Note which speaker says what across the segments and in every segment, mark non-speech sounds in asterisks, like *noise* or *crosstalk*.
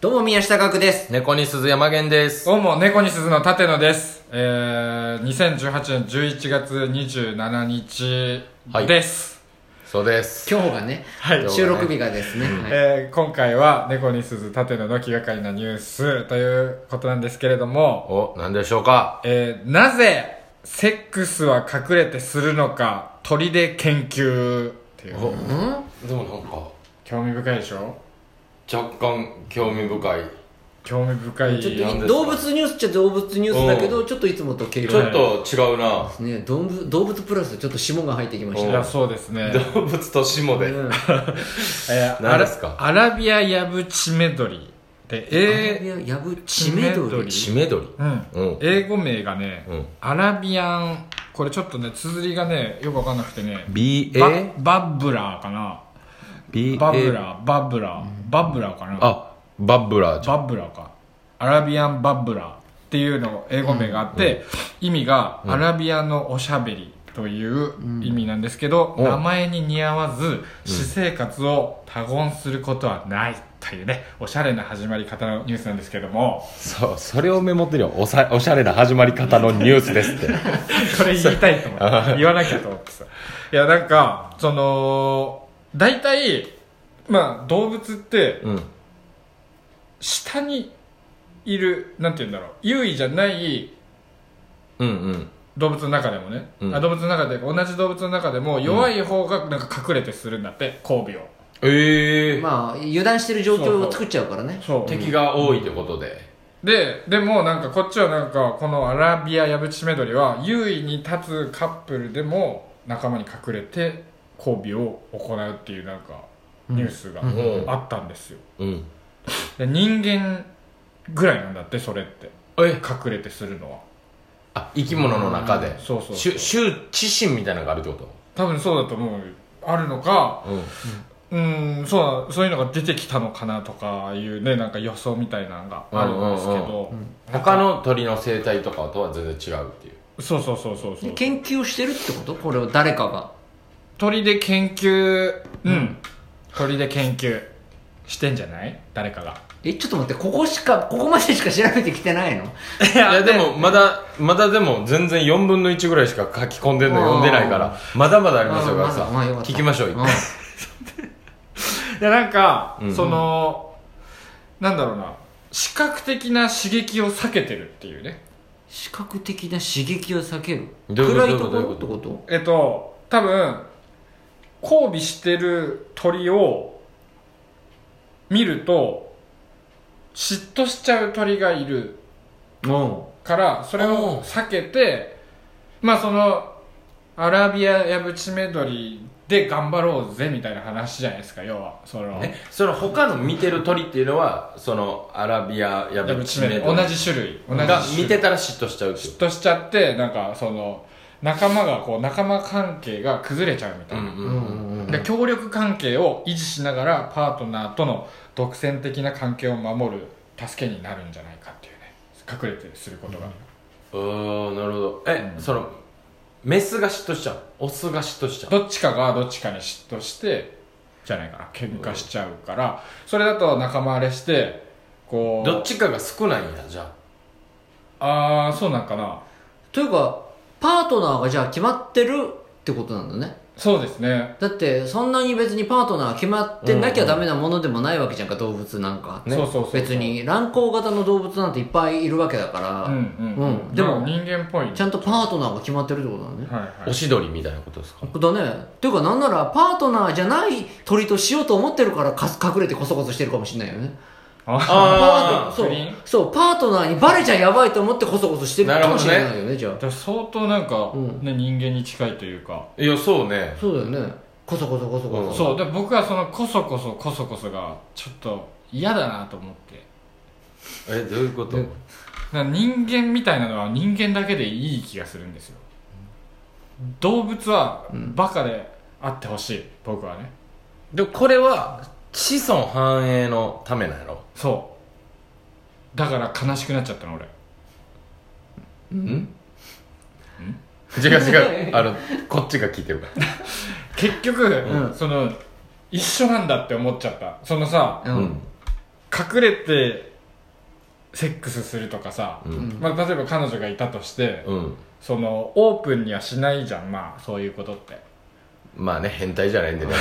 Speaker 1: どうも宮下岳です。
Speaker 2: 猫に鈴山源です。
Speaker 3: どうも、猫に鈴の立野です。えー、2018年11月27
Speaker 2: はい
Speaker 3: 日です。
Speaker 2: そうです。
Speaker 1: 今日がね、
Speaker 2: い
Speaker 1: 収録日がですね、はい
Speaker 3: えー今回は、猫に鈴立野の気がかりなニュースということなんですけれども、
Speaker 2: お、なんでしょうか
Speaker 3: えー、なぜ、セックスは隠れてするのか、鳥で研究っていう。
Speaker 2: でもなんか、
Speaker 3: 興味深いでしょ
Speaker 2: 若干興味深い。
Speaker 3: 興味深い。
Speaker 1: ちょ
Speaker 2: な
Speaker 1: っと
Speaker 2: んですか
Speaker 1: 動物ニュースっちゃ動物ニュースだけど、
Speaker 2: う
Speaker 1: ちょっといつもと経
Speaker 2: ちょ
Speaker 1: 過
Speaker 2: っと違うな。
Speaker 1: ね動物。動物プラスちょっと霜が入ってきまし
Speaker 3: い
Speaker 1: た
Speaker 3: や、そうですね。
Speaker 2: 動物と霜で。
Speaker 1: ね。
Speaker 3: えー、
Speaker 2: 何ですか
Speaker 3: アラアラビアヤブチメドリ。で、えー、
Speaker 1: えやぶ知名度より
Speaker 2: 締め鳥。
Speaker 3: うん。
Speaker 2: うん。
Speaker 3: 英語名がね、
Speaker 2: うん
Speaker 3: アラビアンこれちょっとね綴りがねよくわかんなくてね
Speaker 2: B
Speaker 3: ババッブラーかな
Speaker 2: B
Speaker 3: バブラーバブラーバブラーかな
Speaker 2: あ、バッブラじゃん。
Speaker 3: バブラーかアラビアンバブラーっていうの英語名があって、意味がアラビアのおしゃべりという意味なんですけど、
Speaker 2: うん
Speaker 3: 名前に似合わず私生活を多言することはないというねおしゃれな始まり方のニュースなんですけども
Speaker 2: そう、それをメモってるよ。おさおしゃれな始まり方のニュースですって。
Speaker 3: *laughs* それ言いたいと思って言わなきゃと思ってさいやなんかその大体まあ動物って
Speaker 2: うん。
Speaker 3: 下にいるなんて言うんだろう優位じゃない
Speaker 2: うんうん。
Speaker 3: 動物の中でもね、
Speaker 2: うん
Speaker 3: あ動物の中で同じ動物の中でも弱い方がなんか隠れてするんだって交尾を
Speaker 2: ええー。
Speaker 1: まあ、油断してる状況を作っちゃうからね。
Speaker 3: そ
Speaker 2: 敵が多いってことで。
Speaker 3: ででもなんかこっちはなんかこのアラビアヤブチメドリは優位に立つカップルでも仲間に隠れて交尾を行うっていうなんかニュースが
Speaker 2: ん
Speaker 3: あったんですよ、
Speaker 2: うん。
Speaker 3: で人間ぐらいなんだってそれって
Speaker 2: え
Speaker 3: 隠れてするのは
Speaker 2: あ、生き物の中で。
Speaker 3: そうそう
Speaker 2: しゅ、羞恥心みたいなのがあるってこ
Speaker 3: 多分そうだと思うあるのか
Speaker 2: とうん。
Speaker 3: うんそうだそういうのが出てきたのかなとかいうねなんか予想みたいなのがあるんですけど、
Speaker 2: 他の鳥の生態とかとは全然違うっていう。
Speaker 3: そうそうそうそうそ
Speaker 1: で
Speaker 3: う
Speaker 1: 研究をしてるってことこれを誰かが。
Speaker 3: 鳥で研究うん鳥で研究してんじゃない誰かが
Speaker 1: え、ちょっと待って、ここしか、ここまでしか調べてきてないの
Speaker 2: いやでもまだまだでも全然4分の1ぐらいしか書き込んでるの読んでないからまだまだありますよ
Speaker 1: あ
Speaker 2: ガ
Speaker 1: ま
Speaker 2: ク
Speaker 1: だ
Speaker 2: さん
Speaker 1: まあよかった
Speaker 2: 聞きましょう
Speaker 1: う
Speaker 2: 一
Speaker 1: ん
Speaker 2: 回
Speaker 3: いやなんか、
Speaker 2: うん
Speaker 3: そのなんだろうな視覚的な刺激を避けてるっていうね
Speaker 1: 視覚的な刺激を避ける。
Speaker 2: どういうこと
Speaker 1: 暗いとこ
Speaker 2: どうい
Speaker 1: ろっ
Speaker 2: うこ
Speaker 1: て
Speaker 2: と
Speaker 1: こと
Speaker 3: えっと多分交尾してる鳥を見ると嫉妬しちゃう鳥がいるからそれを避けてまあそのアラビアやブチメドリで頑張ろうぜみたいな話じゃないですか要はその
Speaker 2: えその他の見てる鳥っていうのはそのアラビアや
Speaker 3: や
Speaker 2: ぶ
Speaker 3: ぶ
Speaker 2: ち
Speaker 3: ち
Speaker 2: め
Speaker 3: め
Speaker 2: 鳥
Speaker 3: 同じ種類同
Speaker 2: が
Speaker 3: じ種類
Speaker 2: 見てたら嫉妬しちゃうっていう
Speaker 3: 嫉妬しちゃってなんかその仲間がこう仲間関係が崩れちゃうみた
Speaker 2: う
Speaker 3: いな、
Speaker 2: んう
Speaker 1: うん
Speaker 2: うん
Speaker 1: んうんうん
Speaker 3: で協力関係を維持しながらパートナーとの独占的な関係を守る助けになるんじゃないかっていうね隠れてすることが、
Speaker 2: おーなるほどえ、そのメスが嫉妬しちゃうオスが嫉妬しちゃう
Speaker 3: どっちかがどっちかに嫉妬してじゃないかな喧嘩しちゃうから、それだと仲間割れしてこう
Speaker 2: どっちかが少ないんやじゃあ
Speaker 3: ああそうなんかな
Speaker 1: というか、パートナーがじゃあ決まってるってことなんだね。
Speaker 3: そうですね
Speaker 1: だってそんなに別にパートナー決まってなきゃダメなものでもないわけじゃんか、動物なんか、
Speaker 2: ね
Speaker 3: そうそうそう
Speaker 1: 別に乱行型の動物なんていっぱいいるわけだから、
Speaker 3: うんうん、
Speaker 1: うんでも
Speaker 3: なんか人間っぽい
Speaker 1: ちゃんとパートナーが決まってるってことだね、
Speaker 3: はいは
Speaker 2: オ
Speaker 3: い
Speaker 2: シドリみたいなことですか
Speaker 1: だねっていうかなんならパートナーじゃない鳥としようと思ってるからかす隠れてこそこそしてるかもしれないよねパー
Speaker 2: あ
Speaker 1: トそう
Speaker 3: 不倫
Speaker 1: そうパートナーにバレちゃやばいと思ってこそこそしてるかもしれないよねじゃ
Speaker 3: だから相当なんか、
Speaker 1: うん
Speaker 3: ね、人間に近いというか、
Speaker 2: あいやそうね
Speaker 1: あそうだよねこそこそこそこそ、
Speaker 2: うん
Speaker 3: そうで僕はそのこそこそこそこそがちょっと嫌だなと思って
Speaker 2: えどういうこと
Speaker 3: だから人間みたいなのは人間だけでいい気がするんですよ動物はバカであってほしい僕はね
Speaker 2: でもこれは子孫繁栄のためなんやろ
Speaker 3: そうだから悲しくなっちゃったの俺
Speaker 2: 違う
Speaker 3: *laughs*
Speaker 2: 違うあのこっちが聞いてるから
Speaker 3: 結局、
Speaker 1: うん
Speaker 3: その一緒なんだって思っちゃったそのさ
Speaker 1: うん
Speaker 3: 隠れてセックスするとかさ、
Speaker 2: うん
Speaker 3: まあ、例えば彼女がいたとして、
Speaker 2: うん
Speaker 3: そのオープンにはしないじゃんまあそういうことって
Speaker 2: まあね変態じゃないんでね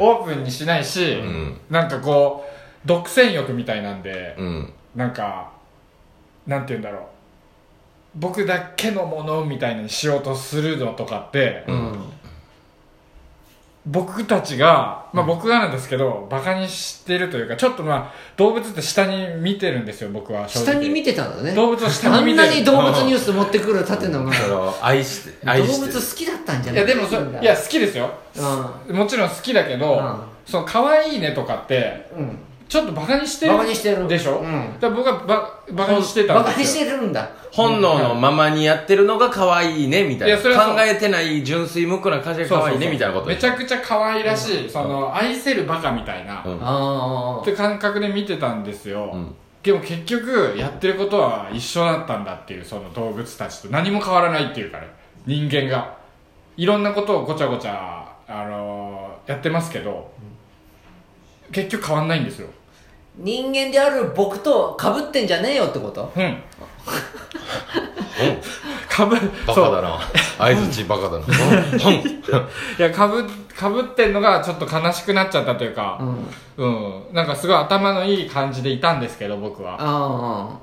Speaker 3: オープンにしないし、
Speaker 2: うん
Speaker 3: なんかこう独占欲みたいなんで、
Speaker 2: うん
Speaker 3: なんかなんて言うんだろう僕だけのものみたいにしようとするのとかって、
Speaker 1: うん
Speaker 3: 僕たちが、まあ、僕がなんですけど、バカにしてるというかちょっとまあ動物って下に見てるんですよ僕は正
Speaker 1: 下
Speaker 3: 直
Speaker 1: に見てたんだね
Speaker 3: 動物を下
Speaker 1: あ
Speaker 3: に見
Speaker 1: ん
Speaker 3: てる
Speaker 1: なに動物ニュース持ってくる縦のが
Speaker 2: その愛して
Speaker 1: 動
Speaker 2: 愛
Speaker 1: 物
Speaker 2: して
Speaker 1: 好きだったんじゃ
Speaker 3: い
Speaker 1: ない
Speaker 3: やでもそいや好きですよ
Speaker 1: う
Speaker 3: もちろん好きだけど、
Speaker 1: うん
Speaker 3: その可愛いねとかって
Speaker 1: んうん
Speaker 3: ちょっとバカにしてる
Speaker 1: バカにしてる
Speaker 3: でしょ、
Speaker 1: うん
Speaker 3: だから僕はババカにしてたん
Speaker 1: バ
Speaker 3: ですよ
Speaker 1: カにしてるんだ
Speaker 2: 本能のままにやってるのが可愛いねみたい
Speaker 3: い
Speaker 2: な
Speaker 3: やそれはそう
Speaker 2: 考えてない純粋無垢な感じが可愛いねみたいなこと
Speaker 3: めちゃくちゃ可愛らしい、その愛せるバカみたいな、
Speaker 2: うん
Speaker 1: あ
Speaker 3: っ
Speaker 1: あ
Speaker 3: て感覚で見てたんですよ、
Speaker 2: うん
Speaker 3: でも結局やってることは一緒だったんだっていうその動物たちと何も変わらないっていうかね人間がいろんなことをごちゃごちゃ、あのーやってますけど、結局変わんないんですよ
Speaker 1: 人間である僕とかぶってんじゃねえよってこと
Speaker 3: うんかぶ
Speaker 2: バカ
Speaker 3: そう
Speaker 2: だな相づちバカだなうん
Speaker 3: いやかぶかぶってんのがちょっと悲しくなっちゃったという
Speaker 1: う
Speaker 3: か
Speaker 1: ん
Speaker 3: うん、なんかすごい頭のいい感じでいたんですけど僕は
Speaker 1: あ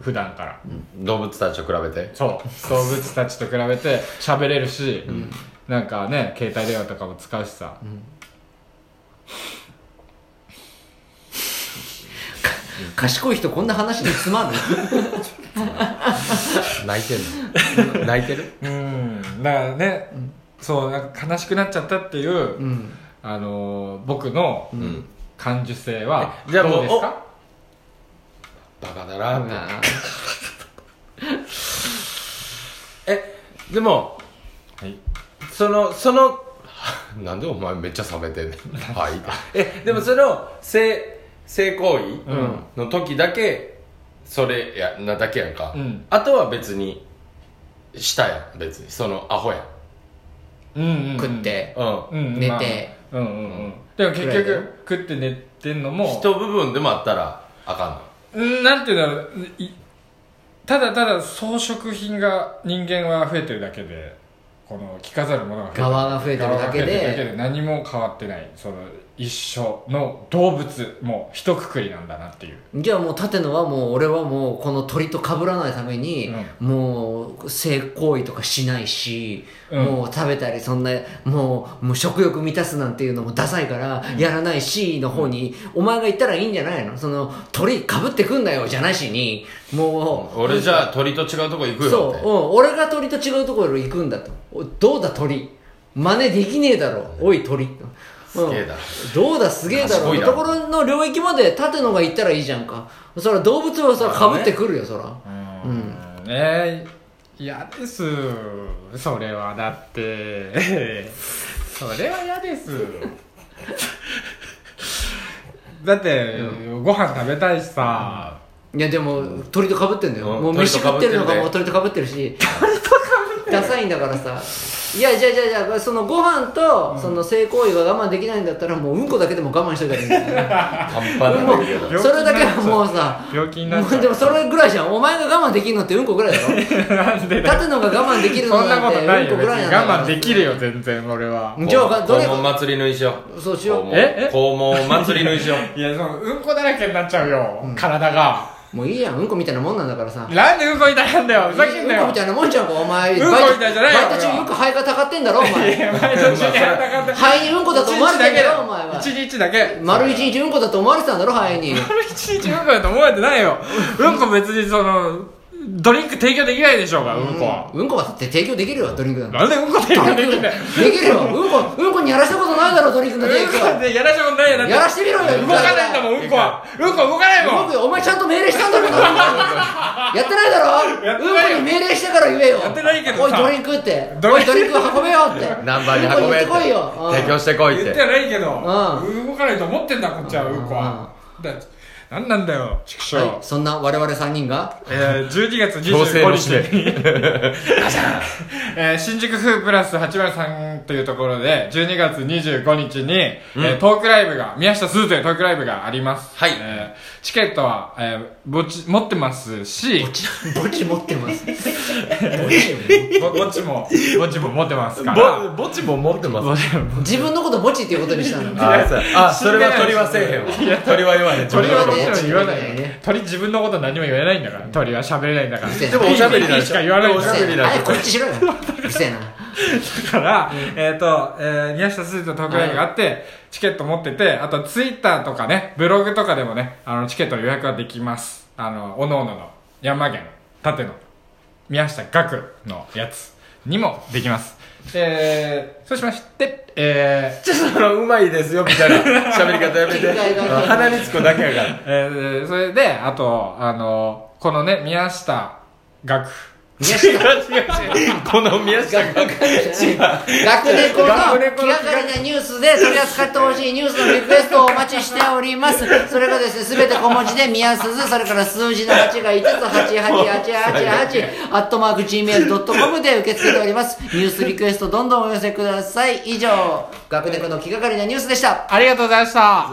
Speaker 3: 普段から
Speaker 2: *laughs* 動物たちと比べて
Speaker 3: そう動物たちと比べて喋れるし、なんかね携帯電話とかも使うしさ、
Speaker 1: あ賢い人こんな話につまんない
Speaker 2: 泣いてるの泣いてる
Speaker 3: うんだからね、そうなんか悲しくなっちゃったっていう、
Speaker 1: うん
Speaker 3: あのー僕の
Speaker 2: うん
Speaker 3: 感受性は
Speaker 2: えじゃあもう
Speaker 3: どですか
Speaker 2: バカだなって
Speaker 1: あ
Speaker 2: えでも
Speaker 3: はい
Speaker 2: そのそのなんでお前めっちゃ冷めてんね *laughs* んはいえでもその性性行為
Speaker 3: うん
Speaker 2: の時だけそれやなだけやんか、
Speaker 3: うん
Speaker 2: あとは別にしたやん別にそのアホやん
Speaker 3: うんうんうん
Speaker 1: 食って
Speaker 2: うん
Speaker 3: うんうん
Speaker 1: 寝て
Speaker 3: まあうんうんうんでも
Speaker 1: ぐ
Speaker 3: 結
Speaker 1: らいだよ
Speaker 3: 局食って寝てんのも
Speaker 2: 一部分でもあったらあかんの
Speaker 3: うんなんていうんだろういただただ装飾品が人間は増えてるだけでこの着飾るものが増えてる
Speaker 1: 側が増えてるだけで
Speaker 3: 側が増えてるだけで何も変わってないその一緒の動物も一括りなんだなっていう
Speaker 1: じゃあもう舘野はもう俺はもうこの鳥と被らないために、もう性行為とかしないし、
Speaker 3: うん
Speaker 1: もう食べたりそんなもうもう食欲満たすなんていうのもダサいからやらないしの方に、お前が言ったらいいんじゃないのその鳥被ってくんなよじゃなしにもう、
Speaker 2: 俺じゃあ鳥と違うとこ行くよ
Speaker 1: そう、
Speaker 2: っ
Speaker 1: う
Speaker 2: て
Speaker 1: ん、俺が鳥と違うところ行くんだとおどうだ鳥真似できねえだろおい鳥す
Speaker 2: げえだろ
Speaker 1: どうだすげえだろ
Speaker 2: 賢い
Speaker 1: の
Speaker 2: だろ
Speaker 1: ところの領域まで縦のが行ったらいいじゃんかそら動物はそらかぶってくるよそら
Speaker 3: うんねえ嫌ですそれはだって *laughs* それは嫌ですだって、ご飯食べたいしさ、
Speaker 1: いやでも鳥とかぶってんだよ、
Speaker 2: うん
Speaker 1: もう飯食
Speaker 2: 鳥と被
Speaker 1: っ
Speaker 2: ってて
Speaker 1: る
Speaker 2: る
Speaker 1: の
Speaker 2: ん
Speaker 1: が
Speaker 2: で
Speaker 1: もう鳥とかぶってるしダサいんだからさいやじゃあじゃあじゃあそのご飯とその性行為が我慢できないんだったらもううんこだけでも我慢しといたらいいんだよ
Speaker 2: *laughs* パンパンなんだけ
Speaker 1: *laughs*
Speaker 2: ど
Speaker 1: もうそれだけはもうさ
Speaker 3: 病気になっちゃう
Speaker 1: もうでもそれぐらいじゃんお前が我慢できるのってうんこぐらいだろ
Speaker 3: *laughs* なんでだよ
Speaker 1: 縦のが我慢できるの
Speaker 3: そんな
Speaker 1: な
Speaker 3: こ
Speaker 1: んて
Speaker 3: とないよ
Speaker 1: うんこぐ
Speaker 3: 別
Speaker 1: らい
Speaker 3: に
Speaker 1: なんだから
Speaker 3: 我慢できるよ全然俺は
Speaker 1: じゃあどれ
Speaker 2: 肛門祭りの衣装
Speaker 1: そうしよう
Speaker 3: ええ
Speaker 2: 肛門祭りの衣装
Speaker 3: いやそのうんこだらけになっちゃうよ、体が
Speaker 1: もういいやんうんこみたいなもんなんだからさ
Speaker 3: なんでうんこみたいなんだよふざけんな
Speaker 1: うんこ
Speaker 3: よ
Speaker 1: みたいなもんじゃんかお前
Speaker 3: うんこみたいじゃないよ
Speaker 1: バイトバイト中よく肺がたかってんだろお
Speaker 3: い
Speaker 1: 前
Speaker 3: や毎年やらなかった
Speaker 1: 肺にうんこだと思われてんだろお前は
Speaker 3: 一日だけ
Speaker 1: 丸一日うんこだと思われてたんだろ肺に
Speaker 3: 丸一日うんこだと思われてないようんこ別にそのドリンク提供できないでしょうがうんこは
Speaker 1: うんこはだって提供できるよドリンクなんて
Speaker 3: なんでうんこ提供できない
Speaker 1: できるようんこうんこにやらしたことないだろドリンクの提
Speaker 3: うんこ
Speaker 1: 供
Speaker 3: でやらしたこと *laughs* ないよだって
Speaker 1: やらしてみろよ
Speaker 3: 動かないんだもんうんこはうんこ動かないもん
Speaker 1: 僕お前ちゃんと命令したんだろ
Speaker 3: *laughs*
Speaker 1: うなやってないだ
Speaker 3: や
Speaker 1: ろ
Speaker 3: って
Speaker 1: うん
Speaker 3: ないよ
Speaker 1: こに命令してから言えよ
Speaker 3: やってないけど
Speaker 1: おい
Speaker 3: さ
Speaker 1: ドリンクって
Speaker 3: ド
Speaker 1: おい
Speaker 3: リンク
Speaker 1: ドリンク運べよって
Speaker 2: ナンバーに運べ
Speaker 1: うんこ行ってこいよ
Speaker 2: って提供してこいっ
Speaker 3: 言って
Speaker 2: て
Speaker 3: はないけど、
Speaker 1: う
Speaker 3: 動かないと思ってんだこっちは
Speaker 1: うん
Speaker 3: うんこは、だから何なんだよ畜生、
Speaker 1: はい、そんな我々3人が
Speaker 3: えー、12月
Speaker 2: 強制の
Speaker 3: 25日
Speaker 2: 締め
Speaker 3: に、 *laughs* えー新宿風プラス803というところで、12月25日に、えートークライブが、宮下すずというトークライブがあります。
Speaker 2: はい
Speaker 3: えーチケットは、えーぼっち、持ってますし、ぼっち
Speaker 1: 墓地持って
Speaker 3: *laughs*
Speaker 1: ます墓地
Speaker 3: ぼっちも、ぼっちも持ってますから。
Speaker 2: ぼぼちも持ってます
Speaker 1: 自分のこと墓地っていうことに
Speaker 3: *laughs*
Speaker 1: したのに
Speaker 2: あそうあそれは鳥はせえへん
Speaker 3: いや
Speaker 2: わ鳥は言わへん
Speaker 3: 鳥は
Speaker 1: ね
Speaker 3: もちろん言わない
Speaker 1: 言わないね。
Speaker 3: 鳥自分のこと何も言えないんだから。鳥は喋れないんだから。
Speaker 1: で
Speaker 2: でもおしゃべりなんで
Speaker 3: しか言わない
Speaker 2: おしゃべりなん
Speaker 1: あ
Speaker 2: で
Speaker 1: れこっちしろようるせえな
Speaker 3: から、えっ、と、えー宮下すずとトークライブがあって、チケット持ってて、あとツイッターとかね、ブログとかでもね、あの、チケット予約はできます。あの、おのおのの、山県、縦の、宮下岳のやつにもできます。えー、そうしまして、えー、
Speaker 2: ちょっとそのうまいですよみたいな喋り方やめて
Speaker 1: 切り替えが
Speaker 2: 鼻につくだけやから
Speaker 3: えーそれで、あと、あの、このね、宮下岳、
Speaker 1: 宮下
Speaker 2: この宮下が
Speaker 1: 学年校
Speaker 3: 学
Speaker 1: の
Speaker 3: 年
Speaker 1: 気
Speaker 3: 校の
Speaker 1: がかりなニュースで取り扱ってほしいニュースのリクエストをお待ちしておりますそれがですねすべて小文字で宮鈴それから数字の8が5つ88888アットマーク Gmail.com で受け付けておりますニュースリクエストどんどんお寄せください以上学年校の気がかりなニュースでした
Speaker 3: ありがとうございました。